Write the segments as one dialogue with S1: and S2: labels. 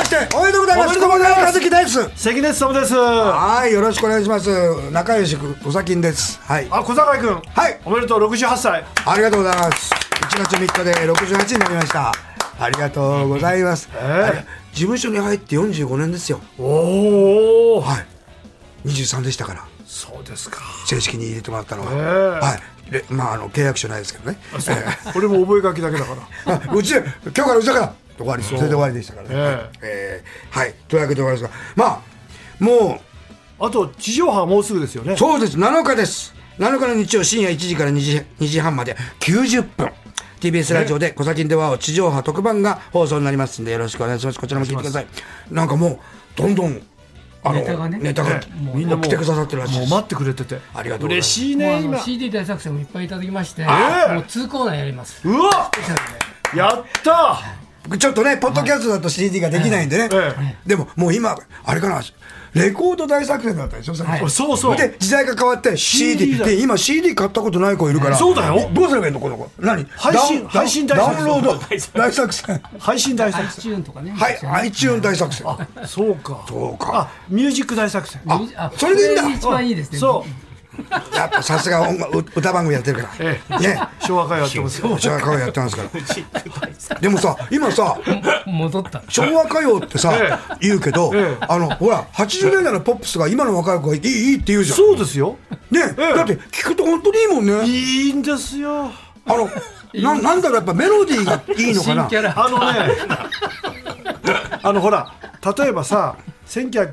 S1: ます
S2: おめでとうございます
S1: 小室和樹です
S2: 関根勤ですあ
S1: はいよろしくお願いします仲良しくお先んですはい
S2: 小坂井君
S1: はい
S2: おめでとう68歳
S1: ありがとうございます1月3日で68になりましたありがとうございます、
S2: え
S1: 事務所に入って45年ですよ
S2: おお
S1: はい23でしたから
S2: そうですか
S1: 正式に入れてもらったのは、
S2: え
S1: はいでまああの契約書ないですけどね
S2: そう俺も覚え書きだけ だから
S1: あうち今日からうちだから終わりそれで終わりでしたからね、
S2: え
S1: えーはいというわけでございますがまあも
S2: あと地上波はもうすぐですよね
S1: うそうです7日です7日の日曜深夜1時から2時 ,2 時半まで90分 TBS ラジオで「コサキンでは」地上波特番が放送になりますんでよろしくお願いしますこちらも聞いてくださいなんかもうどんどんあの
S3: ネタがね
S1: ネタが
S2: ええ
S1: みんな
S2: もう
S1: 来てくださってるらしい
S2: も
S1: で
S2: う
S1: す
S2: 待ってくれてて
S1: ありがとうございま
S2: 嬉
S1: す
S2: しい
S3: もうあ
S2: ね
S3: の
S2: 今
S3: CD 大作戦もいっぱいいただきまして、
S2: ええ
S3: もう2コーナーやります。
S2: うわやった
S1: ちょっとねポッドキャストだと CD ができないんでね、
S2: え
S1: でももう今あれかなレコード大作戦だったでしょ、さっき
S3: はい
S2: そうそう
S1: で時代が変わって CD,
S2: CD だ
S1: で今 CD 買ったことない子いるから
S2: そうだよ
S1: どうすればいいのこの子何
S2: 配信
S1: ダウン
S2: 配信
S1: ダ
S2: 大作戦
S1: ウンロー ド大作戦
S2: 配信大作戦
S3: iTune とかね。
S1: はい
S3: 昔ね
S1: iTune 大作戦
S2: そうか
S1: そう
S2: あ
S1: か
S2: ミュージック大作戦
S1: あそれでいいんだ
S3: こ一番いいですね。
S2: そ
S1: やっぱさすが音楽う歌番組やってるから
S2: ええ
S1: ね
S2: う昭和歌謡やってますよ
S1: 昭和歌謡やって ますからでもさ今さ
S3: う。戻った。
S1: 昭和歌謡ってさ、
S2: え
S1: 言うけど、
S2: ええ
S1: あのほら80年代のポップスが今の若い子がいいいいって言うじゃん
S2: そうですよ
S1: ね、
S2: ええ
S1: だって聞くと本当にいいもんね
S2: いいんですよ
S1: あのななんだろうやっぱメロディーがいいのかな
S3: 新キャラ。
S2: あのね、 あのほら、例えばさ、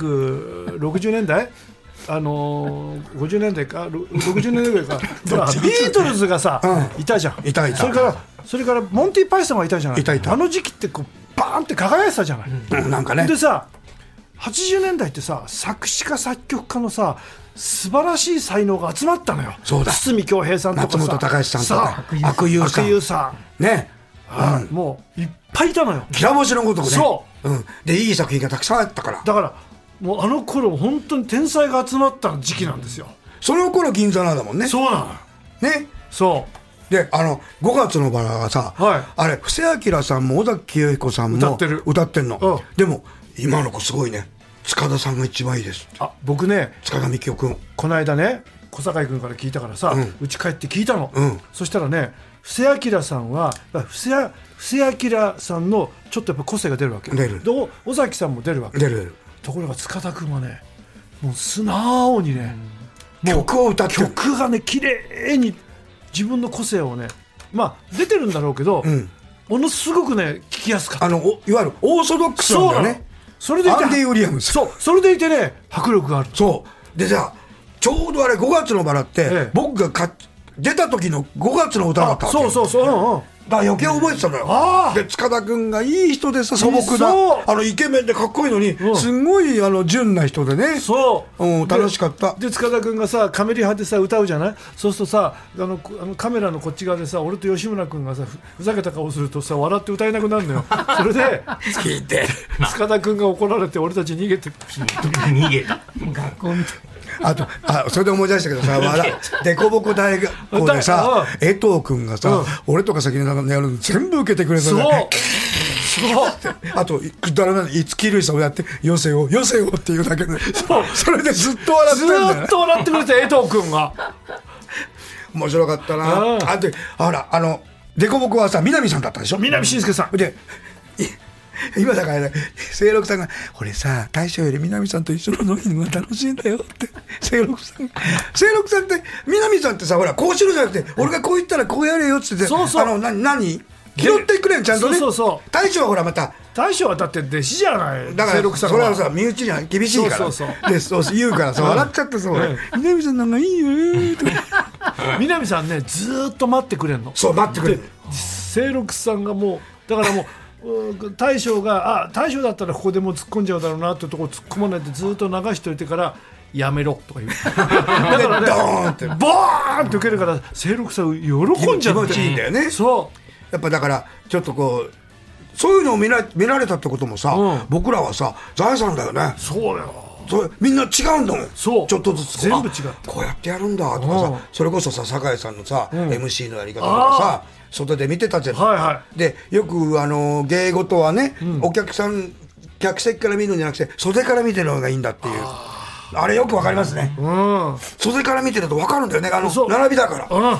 S2: 1960年代あのー、50年代か、ろ60年代ぐらいか、ほらビートルズがさ、
S1: うん
S2: いたじゃん。
S1: いたいた
S2: それから、それからモンティ・パイソンがいたじゃない。
S1: いたいた
S2: あの時期ってこう、バーンって輝いてたじゃない。
S1: うんなんかね
S2: でさ、80年代ってさ、作詞家作曲家のさ、素晴らしい才能が集まったのよ。
S1: そうだ
S2: 堤恭平さんとかさ、
S1: 松本隆さんとか
S2: さ
S1: 悪友さん
S2: 悪友さ
S1: ね
S2: ん、もういっぱいいたのよ。
S1: きら星のごとくね、
S2: そう
S1: ん、でいい作品がたくさんあったから
S2: だからもうあの頃本当に天才が集まった時期なんですよ
S1: その頃銀座なんだもんね
S2: そうなの
S1: ね
S2: そう
S1: であの5月のバラがさ、
S2: はい
S1: あれ布施明さんも尾崎清彦さんも
S2: 歌ってる
S1: 歌ってんの、
S2: うん
S1: でも今の子すごいね塚田さんが一番いいです
S2: あ僕ね
S1: 塚田幹夫君
S2: この間ね小坂井君から聞いたからさ
S1: ん
S2: うち、帰って聞いたの、
S1: うん
S2: そしたらね布施明さんはやっぱ布施や布施明さんのちょっとやっぱ個性が出るわけ
S1: 出る
S2: でお尾崎さんも出るわけ
S1: 出る出る
S2: ところが塚田君はねもう素直にね、もう
S1: 曲を歌ってる
S2: 曲がね綺麗に自分の個性をねまあ出てるんだろうけど、
S1: うん
S2: ものすごくね聞きやすかった
S1: あのおいわゆるオーソドックスなんだよね
S2: そうなのそれでいて
S1: アンディウィリアムズ
S2: そうそれでいてね迫力がある
S1: そうでさちょうどあれ5月のバラって、
S2: ええ
S1: 僕が買っ出た時の5月の歌だったわけ
S2: そうそうそう、うんうん、
S1: だから余計覚えてたのよ
S2: ああ
S1: で塚田君がいい人でさ素朴
S2: そう
S1: なあのイケメンでかっこいいのに、
S2: うん
S1: すんごいあの純な人でね
S2: そう、
S1: うん
S2: で
S1: 楽しかった
S2: で塚田君がさカメリ派でさ歌うじゃないそうするとさあのこあのカメラのこっち側でさ俺と吉村君がさふふざけた顔するとさ笑って歌えなくな るのよそれで
S1: 聞いて
S2: 塚田君が怒られて俺たち 逃げて
S4: 逃げた。
S3: もう学校みたい。
S1: あとあそれで思い出したけどさ「わらでこぼこ大学校」でさ
S2: う
S1: 江藤君がさ、
S2: うん
S1: 俺とか先にやるの全部受けてくれた
S2: そ
S1: ん
S2: う
S1: だよ
S2: そう
S1: あといくだらない五木ひろしさんをやって「よせよよせよ」っていうだけで
S2: そう
S1: それでずっと笑って
S2: ず
S1: たんだよ、ね
S2: ーっ、と笑ってくれて江藤君が
S1: 面白かった
S2: うん
S1: なあでほらあのデコボコはさ南さんだったでしょ
S2: 南信介さん
S1: でい今だからね清六さんが「俺さ大将より南さんと一緒の飲みのが楽しいんだよ」って清六さんが清六さんって南さんってさほらこうしろじゃなくて俺がこう言ったらこうやれよっつって
S2: そうそう
S1: あのな何拾ってくれんちゃんとね
S2: そうそうそ
S1: 大将はほらまた
S2: 大将はだって弟子じゃない
S1: だか
S2: 清六
S1: ら
S2: さん
S1: それはさ身内には厳しいから
S2: そうそうそ
S1: でそう言うからさ笑っちゃってさ俺
S2: うん
S1: 南さんなんかいいよーって
S2: 南さんねずーっと待ってくれんの
S1: そう待ってくれる
S2: で清六さんがもうだからもううん大将があ大将だったらここでもう突っ込んじゃうだろうなってとこ突っ込まないでずーっと流しておいてからやめろ とか言うだからね
S1: ドーンって
S2: ボーンって受けるから清六さん喜んじゃっ
S1: 気持
S2: て
S1: ちいいんだよね
S2: そう
S1: やっぱだからちょっとこうそういうのを見ら見られたってこともさ、
S2: うん
S1: 僕らはさ財産だよね
S2: そうよ
S1: それみんな違うんだもん
S2: そう
S1: ちょっとずつ
S2: 全部違った
S1: あこうやってやるんだとかさ、
S2: うん
S1: それこそさ酒井さんのさ、
S2: ん
S1: MC のやり方とかさ外で見てたじゃん、
S2: はいは
S1: でよくあの芸事はね、お客さん客席から見るんじゃなくて袖から見てるのがいいんだっていうあれよくわかりますね
S2: うんうん
S1: 袖から見てるとわかるんだよねあの
S2: そう
S1: 並びだからや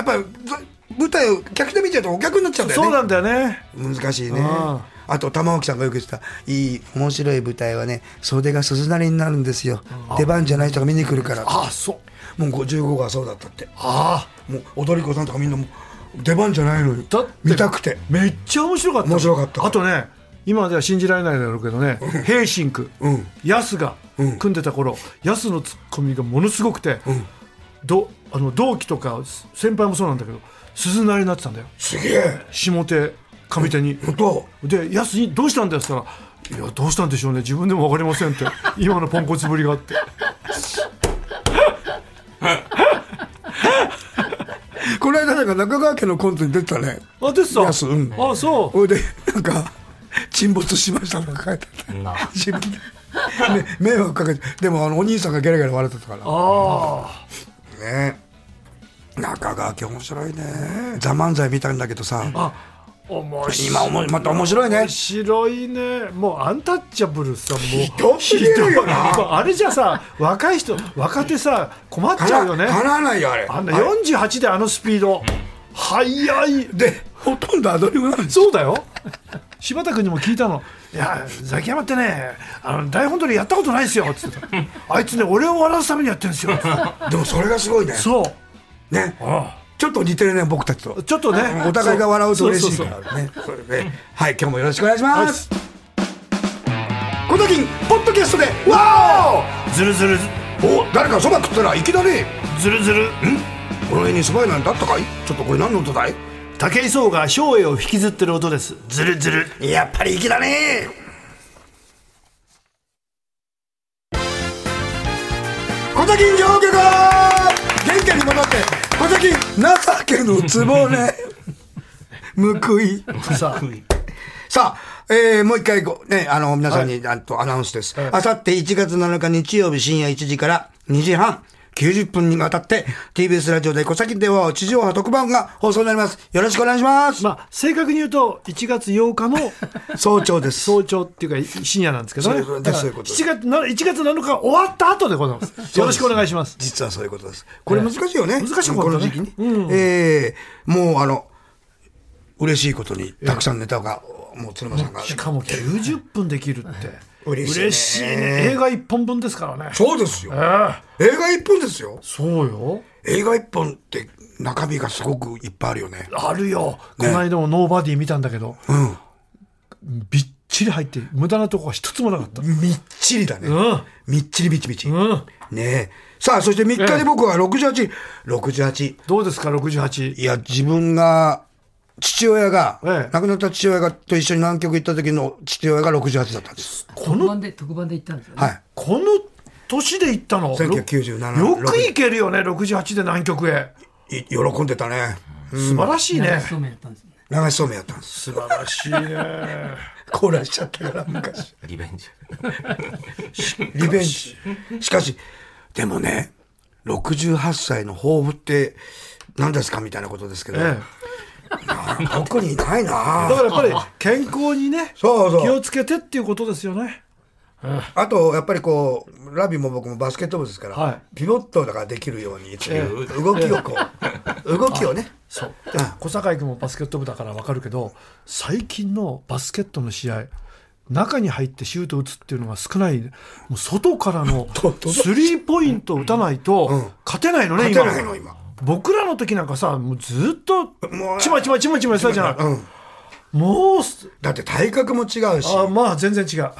S1: っぱりざ舞台を客で見てるとお客になっちゃうんだよね
S2: そうなんだよね
S1: 難しいね
S2: うん
S1: あと玉置さんがよく言ってたいい面白い舞台はね袖が鈴なりになるんですよ、出番じゃない人が見に来るから
S2: あそう
S1: もう55がそうだったって
S2: あ
S1: もう踊り子さんとかみんなもう出番じゃないのに
S2: だって
S1: 見たくて
S2: あめっちゃ面白かった
S1: 面白かった
S2: あとね今では信じられないだろうけどねヘイシンク、
S1: うん
S2: ヤスが
S1: うん
S2: 組んでた頃、ヤスのツッコミがものすごくて、どあの同期とか先輩もそうなんだけど鈴なりになってたんだよ
S1: すげえ
S2: 下手上手に、
S1: 本当
S2: で「やすにどうしたんだよ」って言ったら「いやどうしたんでしょうね自分でも分かりません」って今のポンコツぶりがあって
S1: この間なんか中川家のコントに出てたね
S2: あですさ
S1: やすうん
S2: あそ
S1: ほいでなんか沈没しましたとか書いてあ った自分で、ね、迷惑かけてでもあのお兄さんがゲラゲラ笑ってたから
S2: うあ
S1: ね中川家面白いね「ザ漫才見たんだけどさ
S2: ああ面白い
S1: 今おもまた面白いね
S2: 面白いねもうアンタッチャブルさもう
S1: どうしようよな
S2: もうあれじゃさ若い人若手さ困っちゃうよね
S1: かなわないよあれ
S2: あんな
S1: あれ
S2: 48であのスピード速い
S1: でほとんどアドリブなんです
S2: そうだよ柴田君にも聞いたの「いやザキヤマってねあの台本通りやったことないですよ」っつってた「あいつね俺を笑わすためにやってるんですよ」っつって
S1: でもそれがすごいね
S2: そう
S1: ねちょっと似てるね僕たちと
S2: ちょっとね
S1: お互いが笑うと嬉しい
S2: そうそう
S1: か
S2: そう
S1: らねそれねはい今日もよろしくお願いします
S2: は
S1: この金ポッドキャストでわ
S2: いずるずる
S1: おお誰かそば食ったらいきなり「
S2: ずるずる
S1: この辺にそば屋なんてあったかいちょっとこれ何の音だい?」
S2: 武井壮が照英を引きずってる音ですずるずる
S1: やっぱり粋だね小崎上下が元気に戻って小崎情けのつぼね 報い
S2: さ
S1: さあ、えーもう一回ご、ね、あの、皆さんに、あとアナウンスです。
S2: はい
S1: あさって1月7日日曜日深夜1時から2時半、90分にわたって、TBS ラジオで小崎電話を地上波特番が放送になります。よろしくお願いします。
S2: まあ正確に言うと1月8 日の
S1: 早朝です。
S2: 早朝っていうか深夜なんですけどね
S1: そう
S2: だから
S1: そういう
S2: 7
S1: こと
S2: 月な1月7日終わった後でございますよろしくお願いします
S1: 実はそういうことです。これ難しいよね。
S2: 難しいこ
S1: ことの
S2: ね
S1: 時期に。ええもうあの、嬉しいことに、たくさんネタが、もう鶴間さんが。
S2: しかも90分できるって
S1: 嬉しいね
S2: 嬉しいね映画1本分ですからね
S1: そうですよ。
S2: ああ
S1: 映画一本ですよ。
S2: そうよ
S1: 映画一本って中身がすごくいっぱいあるよね。
S2: あるよこの間もノーバディ見たんだけど
S1: うん。
S2: びっちり入って無駄なとこは一つもなかった
S1: みっちりだね。
S2: う
S1: みっちりみちみち。
S2: んうん
S1: ねえ。さあ、そして3日で僕は68、68。
S2: どうですか68
S1: いや、自分が、父親が、
S2: ええ
S1: 亡くなった父親がと一緒に南極行った時の父親が68だったんです。
S2: こ
S3: 特
S2: の
S3: 番で特番で行ったんですよね、
S1: はい。
S2: この年で行ったの
S1: 1997
S2: よく行けるよね68で南極へ
S1: い喜んでたね。
S2: 素晴らしいね
S3: 流しそうめんやったんですよね
S1: 流しそうめんやったんです。
S2: 素晴ら しいね
S1: コーラしちゃったから、昔。
S4: リベンジ。
S1: リベンジ。しかし、でもね、68歳の抱負って何ですかみたいなことですけど、
S2: ええ
S1: 特にない
S2: だか
S1: な
S2: らやっぱり健康にね
S1: そうそう
S2: 気をつけてっていうことですよね
S1: あと、やっぱりこう、ラビも僕もバスケット部ですから、
S2: はい
S1: ピボットができるようにっていう動きをこ う、動きをね。
S2: そうで小堺君もバスケット部だから分かるけど最近のバスケットの試合中に入ってシュート打つっていうのが少ないもう外からのスリーポイント打たないと勝てないのね、
S1: 勝
S2: 今
S1: てないの、今。
S2: 僕らの時なんかさもうずっと
S1: もう
S2: ちまちまちまちましたじゃん、
S1: うん。
S2: もうす
S1: だって体格も違うし、
S2: あまあ全然違う
S1: ね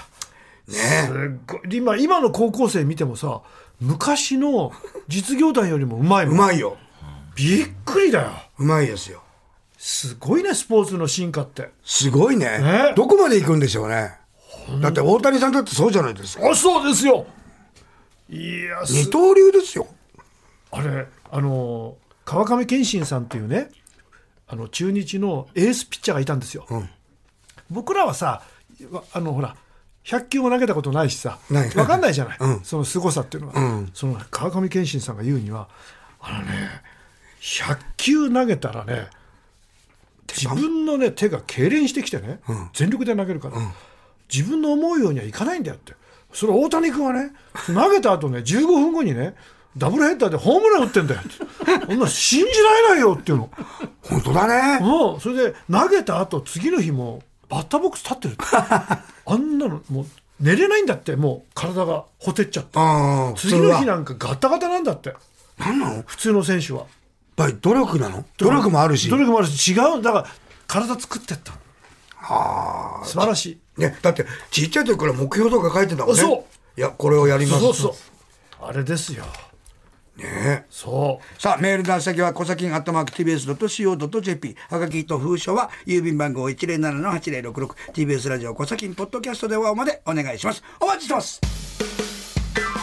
S2: すっごい今今の高校生見てもさ昔の実業団よりもうまいうもん
S1: まいよ。
S2: びっくりだよ
S1: うまいですよ。
S2: すごいねスポーツの進化って
S1: すごいね。
S2: ね
S1: どこまで行くんでしょうね。だって大谷さんだってそうじゃないですか。
S2: あそうですよいやす
S1: 二刀流ですよ。
S2: あれあの川上憲伸さんっていうねあの中日のエースピッチャーがいたんですよ、
S1: ん
S2: 僕らはさわあのほら100球も投げたことないしさ
S1: ない
S2: 分かんないじゃない、
S1: うん
S2: その凄さっていうのは、
S1: うん
S2: その川上憲伸さんが言うにはあのね100球投げたらね自分のね手が痙攣してきてね、全力で投げるから、自分の思うようにはいかないんだよってそれ大谷君はね投げた後ね15分後にねダブルヘッダーでホームラン打ってんだよってそ んな信じられないよっていうの
S1: 本当だね。
S2: もうそれで投げた後次の日もバッターボックス 立ってるってあんなのもう寝れないんだってもう体がほてっちゃって
S1: ああ、
S2: 次の日
S1: な。
S2: なんかガタガタなんだって
S1: なんなのやっ
S2: 普通の選手は
S1: ぱり努力なの努力もあるし
S2: 努。力もあるし違うだから体作ってったあ素晴らしい
S1: ね、だって、ちっちゃい時から目標とか書いてたもんね。
S2: そう
S1: いや、これをやります。
S2: そうそうあれですよ
S1: ねえ
S2: そ
S1: さあ、メールの宛先は、小崎アットマーク TBS.CO.JP。はがきと封書は、郵便番号107-8066。TBS ラジオ小崎ポッドキャストでワオまでお願いします。お待ちしてます。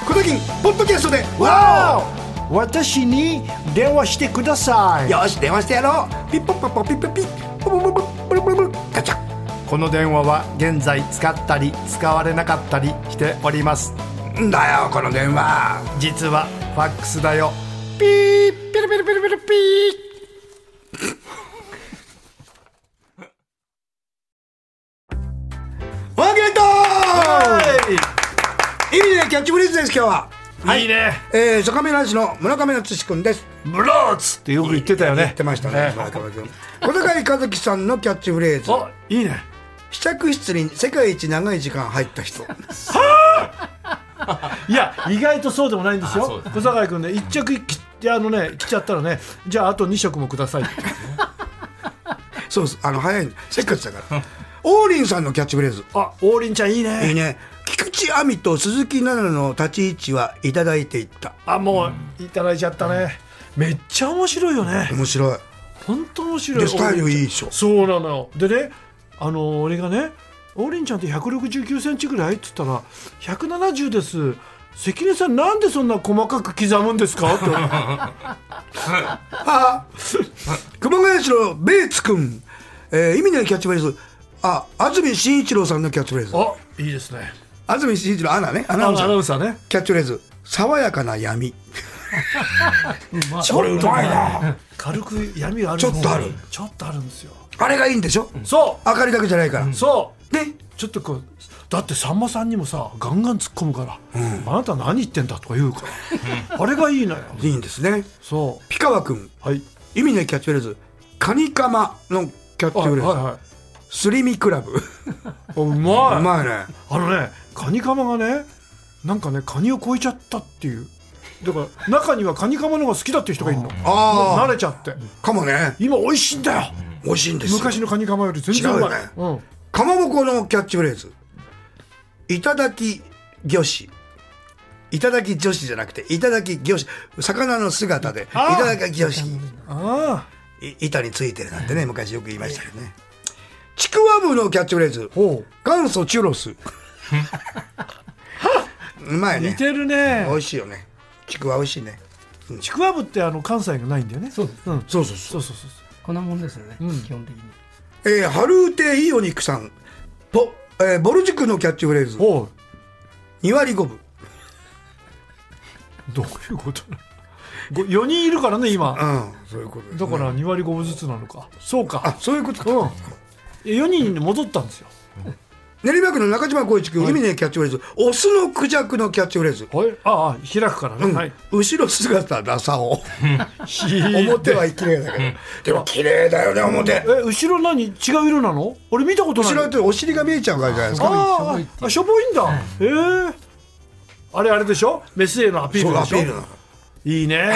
S1: 小崎ポッドキャストで
S2: うわお私に電話してくださ
S1: よし、電話してやろう。ピッポッポッポピッポッピッ。ポポポポポポポポガチャ。
S4: この電話は現在使ったり使われなかったりしております
S1: んだよ、この電話。
S4: 実はファックスだよピーピルピルピルピルピー
S1: ワンゲートいいね、キャッチフレーズです、今日は。
S4: はいいね
S1: えー、坂上ラジの村上夏志くんです。
S4: ブローツ
S2: ってよく言ってたよ
S1: 言っ
S2: ね
S1: てましたね、村上君。小高井和樹さんのキャッチフレーズ。
S2: あいいね
S1: 試着室に世界一長い時間入った人。
S2: いや意外とそうでもないんです
S5: あそ
S2: よ
S5: うです
S2: 小坂井君ね一着きいやあのね来ちゃったらねじゃああと二食もくださいって
S1: そうです。あの、早いんでせっかちだから。王林さんのキャッチフレーズ。
S2: あ王林ちゃんいいね
S1: いいね。菊池亜美と鈴木奈々の立ち位置はいただいていった。
S2: あもういただいちゃったねめっちゃ面白いよね
S1: 面白い。
S2: 本当面白い
S1: で、スタイルいいでしょ。
S2: そうなのよでねあの俺がね「王林ちゃんって1 6 9センチぐらい?」って言ったら「170です」関根さんなんでそんな細かく刻むんですかって
S1: あ熊谷市のベーツ君、えー、意味ないキャッチフレーズあ安住紳一郎さんのキャッチフレーズ
S2: あいいですね
S1: 安住紳一郎アナねアナ
S2: あ
S1: ウンサ
S2: アナウ
S1: ー
S2: ンサーね
S1: キャッチフレーズ爽やかな 闇
S2: ちょっとあるな 軽く闇がある
S1: ちょっとある
S2: ちょっとあるんですよ
S1: あれがいいんでしょ
S2: そ
S1: 明かりだけじゃないから、
S2: うそう
S1: ね
S2: ちょっとこうだってさんまさんにもさガンガン突っ込むから、あなた何言ってんだとか言うからあれがいいのよ
S1: いいんですね
S2: そ
S1: ピカワ君
S2: うはい
S1: 意味ないキャッチフレーズカニカマのキャッチ
S2: は
S1: フ
S2: いはい
S1: レーズ、
S2: はい
S1: すり身クラブ
S2: あうま
S1: う
S2: い
S1: まいね
S2: あのねカニカマがねなんかねカニを超えちゃったっていうだから中にはカニカマの方が好きだっていう人がいるの
S1: あー
S2: 慣れちゃって
S1: かもね
S2: 今美味しいんだよ
S1: 美味しいんですよ
S2: 昔のカニカマより全然うまい
S1: 違うよね
S2: うん、
S1: かまぼこのキャッチフレーズ「いただき魚子」「いただき女子」じゃなくて「いただき魚子」魚の姿で「い
S2: あー
S1: ただき魚子」
S2: ああ
S1: い板についてるなんてね昔よく言いましたけどねちくわぶのキャッチフレーズ
S2: ほ
S1: 「元祖チュ ロス」うまいうね
S2: 似てるね
S1: 美味しいよねちくわ美味しいね
S2: ちくわぶってあの関西がないんだよね
S3: そうです
S2: うん、
S1: そうそうそ
S2: そうそうそう
S3: こんなもんですよね、
S2: ん
S3: 基本的に
S1: う、えー、春うていいお肉さんぼ、えーボル塾のキャッチフレーズ
S2: そうほ
S1: 「2割5分」
S2: うどういうことなの4人いるからね今
S1: うんそういうことです
S2: だから2割5分ずつなのかそう
S1: あ
S2: か
S1: そういうことか、
S2: うん4人に戻ったんですよ
S1: 練馬区の中島浩一君、海のキャッチフレーズ、オスのクジャクのキャッチフレーズ、
S2: はいああ開くからね、
S1: うん
S2: はい
S1: 後ろ姿ダサ男、 表
S2: 表
S1: は綺麗だけど、でも綺麗だよね、表
S2: え、後ろ何違う色なの俺見たことない
S1: 後ろってお尻が見えちゃうからじゃないですか、
S2: あーあしょぼいんだええあれあれでしょメスへのアピー
S1: そう
S2: ルで
S1: ア
S2: し
S1: ピール
S2: ょ
S1: なの、
S2: いいね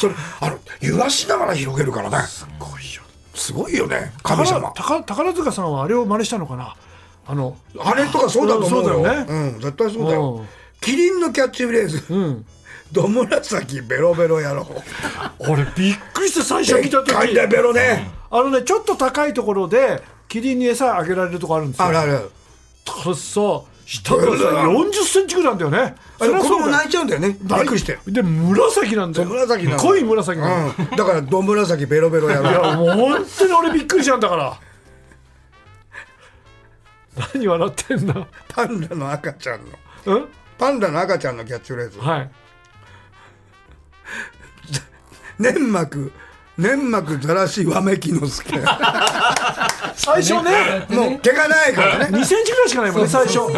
S1: それ、あの揺らしながら広げるからね、
S2: こいよ
S1: すごいよね、 神
S2: 宝
S1: 様、
S2: 宝宝塚さんはあれを真似したのかなあの
S1: あれとかそうだと思うよ、
S2: そうだよね
S1: うん、絶対そうだよ
S2: うん、
S1: キリンのキャッチフレーズ、
S2: うん
S1: ど紫ベロベロ野郎、
S2: 俺びっくりして最初
S1: で
S2: 見
S1: ったかいね、
S2: 時
S1: ベロね、
S2: あのねちょっと高いところでキリンに餌あげられるとこあるんですよ
S1: あるある、
S2: くっそ下からさ40センチぐらいなんだよね
S1: あ
S2: そ
S1: れ
S2: りゃ
S1: 子
S2: そうだ
S1: 供
S2: よ
S1: 泣いちゃうんだよね、びっくりして。
S2: で紫なんだよ
S1: 紫なの
S2: 濃い紫なの、
S1: うん、だからどんぶらさきベロベロや
S2: いや
S1: ろ
S2: もう本当に俺びっくりしたんだから何笑ってんだん
S1: パンダの赤ちゃんのパンダの赤ちゃんのキャッチフレーズ
S2: はい
S1: 粘膜粘膜ざらしわめきのすけ
S2: 最初ね
S1: もう毛がないからね
S2: 2センチぐらいしかないもんね最初
S3: そう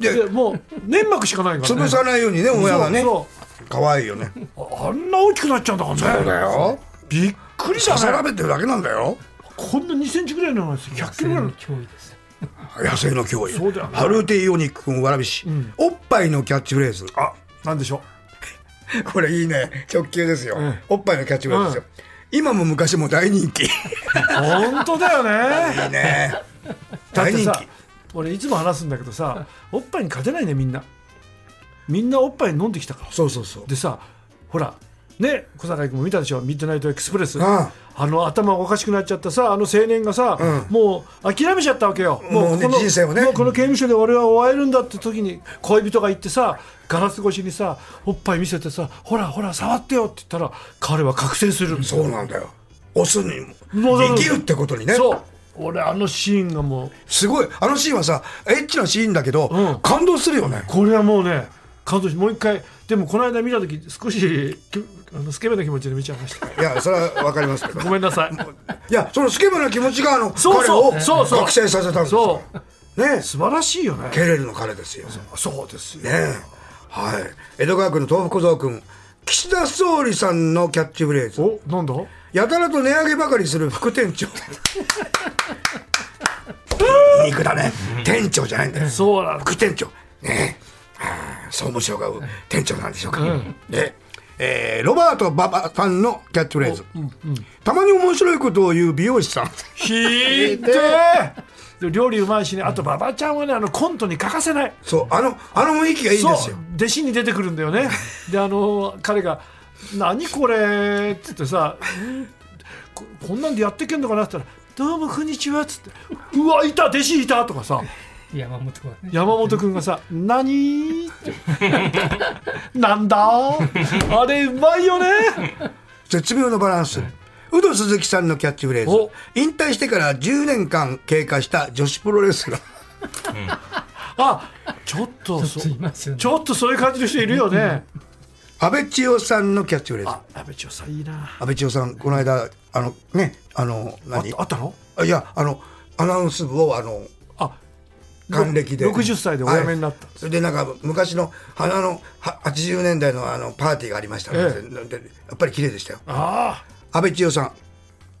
S2: でもう粘膜しかないからね
S1: 潰さないようにね親がね
S2: そ
S1: 可愛いよね
S2: うそうあんな大きくなっちゃうんだからね
S1: よ
S2: びっくり
S1: させ
S2: だ
S1: ら
S2: ね
S1: れてるだけなんだよ
S2: こんな2センチぐらいの1 0 0キロぐらいの
S3: 脅威です。
S1: 野生の脅威
S2: そうだよね
S1: ハルテイオニック君わらびしおっぱいのキャッチフレーズ
S2: あなんでしょ
S1: これいいね直球ですよおっぱいのキャッチフレーズですよ今も昔も大人気いう
S2: 本当だよね
S1: いね
S2: だっ
S1: 大
S2: て
S1: 人
S2: さ
S1: 気
S2: 俺いつも話すんだけどさおっぱいに勝てないねみんなみんなおっぱい飲んできたから
S1: そうそうそう
S2: でさほらね小坂井君も見たでしょミッドナイトエクスプレス
S1: あ
S2: あの頭おかしくなっちゃったさあの青年がさ、もう諦めちゃったわけよ
S1: もうね
S2: この
S1: 人生をね
S2: もうこの刑務所で俺は終われるんだって時に恋人が行ってさガラス越しにさおっぱい見せてさほらほら触ってよって言ったら彼は覚醒する
S1: そうなんだよオスに
S2: も
S1: も
S2: うそうそう
S1: 生きるってことにね
S2: そう俺あのシーンがもう
S1: すごいあのシーンはさエッチなシーンだけど、
S2: うん
S1: 感動するよね
S2: これはもうね感動してもう一回でもこの間見た時少しきあのスケベな気持ちで見ちゃいま した
S1: いやそれはわかりますけど
S2: ごめんなさい
S1: いやそのスケベな気持ちがあの
S2: そうそう
S1: 彼
S2: そう
S1: を
S2: そう
S1: 覚醒させたんですよ
S2: そう
S1: ね
S2: 素晴らしいよね
S1: ケレルの彼ですよね
S2: そうですよ
S1: えはい江戸川区の豆腐小僧君岸田総理さんのキャッチフレーズ
S2: おなんだ
S1: やたらと値上げばかりする副店 長肉だね店長じゃないんだよ
S2: そうなんだ
S1: 副店長ねえあー総務省が店長なんでしょうか、で、えーロバート・ババさんのキャッチフレーズ、たまに面白いことを言う美容師さん
S2: ひいてで料理うまいしねあと馬場ちゃんはねあのコントに欠かせない
S1: そうあのあの雰囲気がいいんです
S2: そう
S1: よ
S2: 弟子に出てくるんだよ ねであの彼が「何これ」っつってさんこ「こんなんでやってけんのかな」って言ったら「どうもこんにちは」っつって「うわいた弟子いた」とかさ
S3: 山本はね。
S2: 山本君がさ「何?」って「なんだあれうまいよね
S1: 絶妙のバランスウド鈴木さんのキャッチフレーズ
S2: お
S1: 引退してから10年間経過した女子プロレス ラー
S2: あちょっとそ
S3: ちょっといますよね
S2: ちょっとそういう感じの人いるよね
S1: 安倍千代さんのキャッチフレーズ
S2: あ安倍千代さんいいな
S1: 安倍千代さんこの間あのねあの
S2: あ
S1: 何
S2: あったの
S1: いやあのアナウンス部をあの
S2: あ
S1: 還暦で
S2: 60歳でお辞めになった
S1: は
S2: ん
S1: い、
S2: で
S1: それでなんか昔の花のは80年代のあのパーティーがありましたので,
S2: え
S1: で、でやっぱり綺麗でしたよ
S2: ああ
S1: 安倍千代さん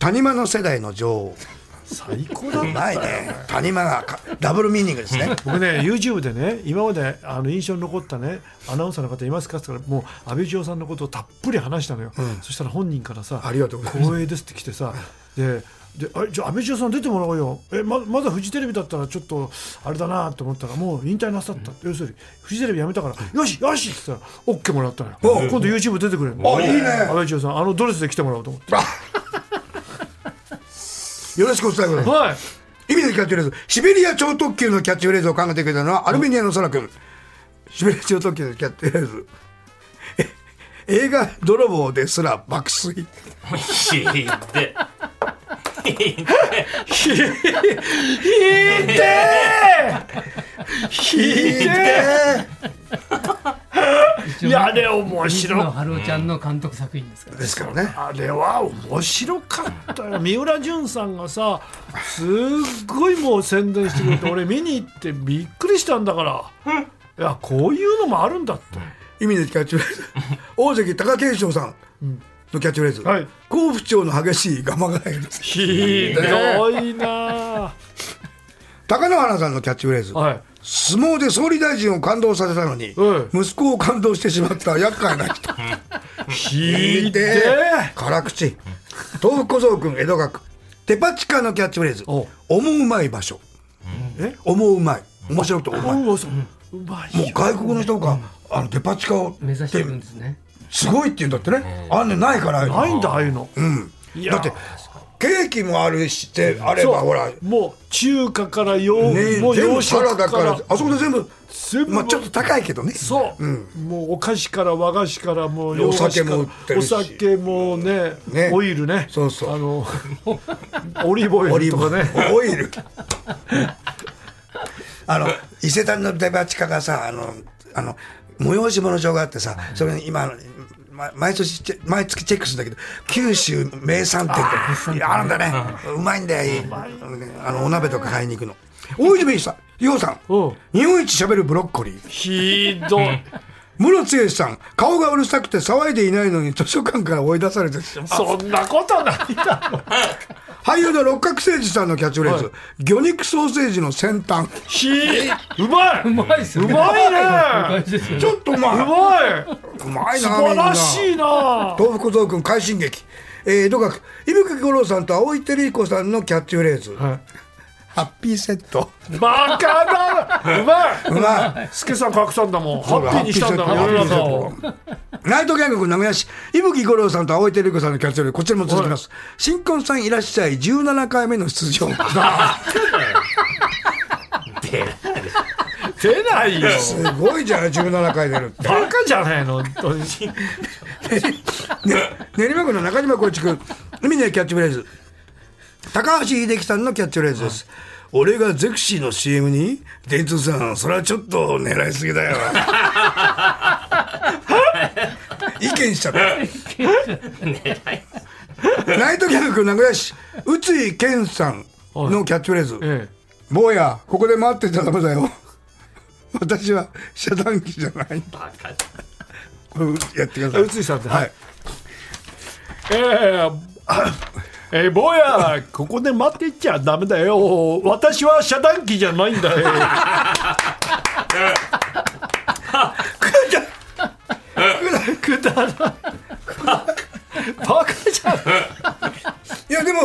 S1: 谷間の世代の女王
S2: 最高だ
S1: うまいね谷間がかダブルミーニングですね
S2: 僕ね YouTube でね今まであの印象に残ったねアナウンサーの方いますかって言ったらもう安倍千代さんのことをたっぷり話したのよ、そしたら本人からさ
S1: ありがとうございます
S2: 光栄ですって来てさでであれじゃあ安倍千代さん出てもらおうよえままだフジテレビだったらちょっとあれだなと思ったらもう引退なさった、要するにフジテレビやめたから、よしよしって言ったら OK もらったのよ、
S1: お
S2: 今度 YouTube 出てくれる
S1: おいいね
S2: 安倍千代さんあのドレスで来てもらおうと思って
S1: よろしくお伝えください
S2: はい
S1: 意味のキャッチフレーズシベリア超特急のキャッチフレーズを考えてくれたのはアルメニアの空君シベリア超特急のキャッチフレーズえ映画泥棒ですら爆睡
S5: ひいて。
S2: いて
S1: 聞いて
S2: ーいやあれ面白い
S3: の春雄ちゃんの監督作品ですから。
S1: ですからね
S2: あれは面白かったよ三浦淳さんがさすっごいもう宣伝してくれて俺見に行ってびっくりしたんだからいやこういうのもあるんだって
S1: 意味のキャッチフレ ーズ大関貴景勝さんのキャッチフレーズ、
S2: はい
S1: 好不調の激しいガマガエル
S2: ひどいなあ
S1: 高野花さんのキャッチフレーズ、
S2: はい
S1: 相撲で総理大臣を感動させたのに、
S2: うん
S1: 息子を感動してしまった厄介な人
S2: ひで
S1: で辛口豆腐小僧君江戸川区デパ地下のキャッチフレーズ
S2: お
S1: 「思ううまい場所」
S2: え
S1: 思ううまい」面白くて思うまいも
S2: うわそううまいよ
S1: う外国の人があのデパ地下を
S3: 目指してるんですね。
S1: すごいって言うんだってねあんねんないからああいうの
S2: ないんだああいうの
S1: うん
S2: いや
S1: だってケーキもあるしてあれ
S2: そう
S1: ばほら、ね、
S2: もう中華から洋もう
S1: 全
S2: 洋
S1: 部サラ
S2: 食
S1: ダ
S2: か
S1: かららあそこで全部、
S2: 全部
S1: まあ、ちょっと高いけどね
S2: そう、もうお菓子から和菓子からもう
S1: お酒
S2: 洋菓子から
S1: も売ってるし
S2: お酒もね
S1: ね
S2: オイルね
S1: そうそう
S2: あの オリーブオ
S1: オ
S2: イ
S1: リ
S2: ル
S1: ー
S2: と
S1: ブ
S2: かね
S1: オイルあの伊勢丹のデパ地下がさあのあの催し物場があってさそれに今あのま毎年チェ毎月チェックするんだけど九州名産店っていやあるんだねうまいんだよあのお鍋とか買いに行くの大泉さん洋さん
S2: おう
S1: 日本一喋るブロッコリー
S2: ひどい
S1: 室剛さん顔がうるさくて騒いでいないのに図書館から追い出されて
S2: そんなことないだろ
S1: 俳優の六角誠児さんのキャッチフレーズ、魚肉ソーセージの先端
S2: ひうまいう
S3: まいですよね
S2: うまいね
S3: うまいですよ
S1: ち
S3: ね
S1: ょっとうまいう
S2: まいう
S1: まい
S2: 素
S1: な
S2: 晴らし
S1: み
S2: い
S1: んな
S2: な
S1: 東福蔵君快進撃えー、とかく伊吹五郎さんと青井照彦さんのキャッチフレーズ、
S2: はい
S1: ハッピーセット
S2: バカだなうま
S1: う
S2: い
S1: まい
S2: 助さん隠さんだもんハッピーにしたんだもん
S1: ハッピ
S2: 世
S1: ー
S2: の
S1: セット
S2: 中 を
S1: ナイトギャング君名古屋市伊吹五郎さんと青井照彦さんのキャッチフレーズこちらも続きます新婚さんいらっしゃい17回目の出 場
S2: 出な いよ
S1: すごいじゃない17回出るって
S2: バカじゃないの本 当に
S1: ね、練馬区の中島光一君海のキャッチフレーズ高橋英樹さんのキャッチフレーズです、俺がゼクシーの CM に「デイトさんそれはちょっと狙いすぎだ よ」意見し ちゃったナイトキャンプ名古屋市宇津井健さんのキャッチフレーズ
S2: え
S1: 「坊やここで待ってちゃダメだよ私は遮断機じゃない」
S5: バカだ
S1: これやってくだ
S2: え
S1: さい
S2: 宇津井さんって
S1: は
S2: はいいえーあえー、坊やここで待ってちゃダメだよ私は遮断機じゃないんだよくだらないバカじゃん
S1: いやでも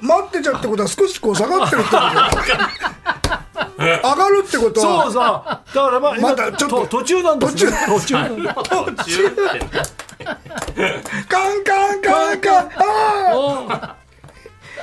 S1: 待ってちゃってことは少しこう下がってるってこと 上がるってこと
S2: そう
S1: は
S2: さだからまあ今
S1: まだちょっと
S2: 途中なんですね途中
S5: 途中って
S1: カンカンカンカンあ
S2: あ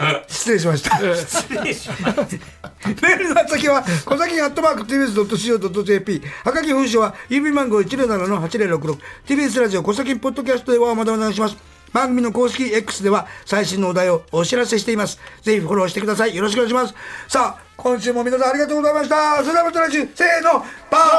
S1: ー失礼しましたメ
S5: 失礼しまし
S1: ールの宛先は小崎アットマーク TBS.CO.JP はがき封書は郵便番号 107-8066TBS ラジオ小崎ポッドキャストではまだお願いします番組の公式 X では最新のお題をお知らせしていますぜひフォローしてくださいよろしくお願いしますさあ今週も皆さんありがとうございましたそれではまた来週せーのバイバイ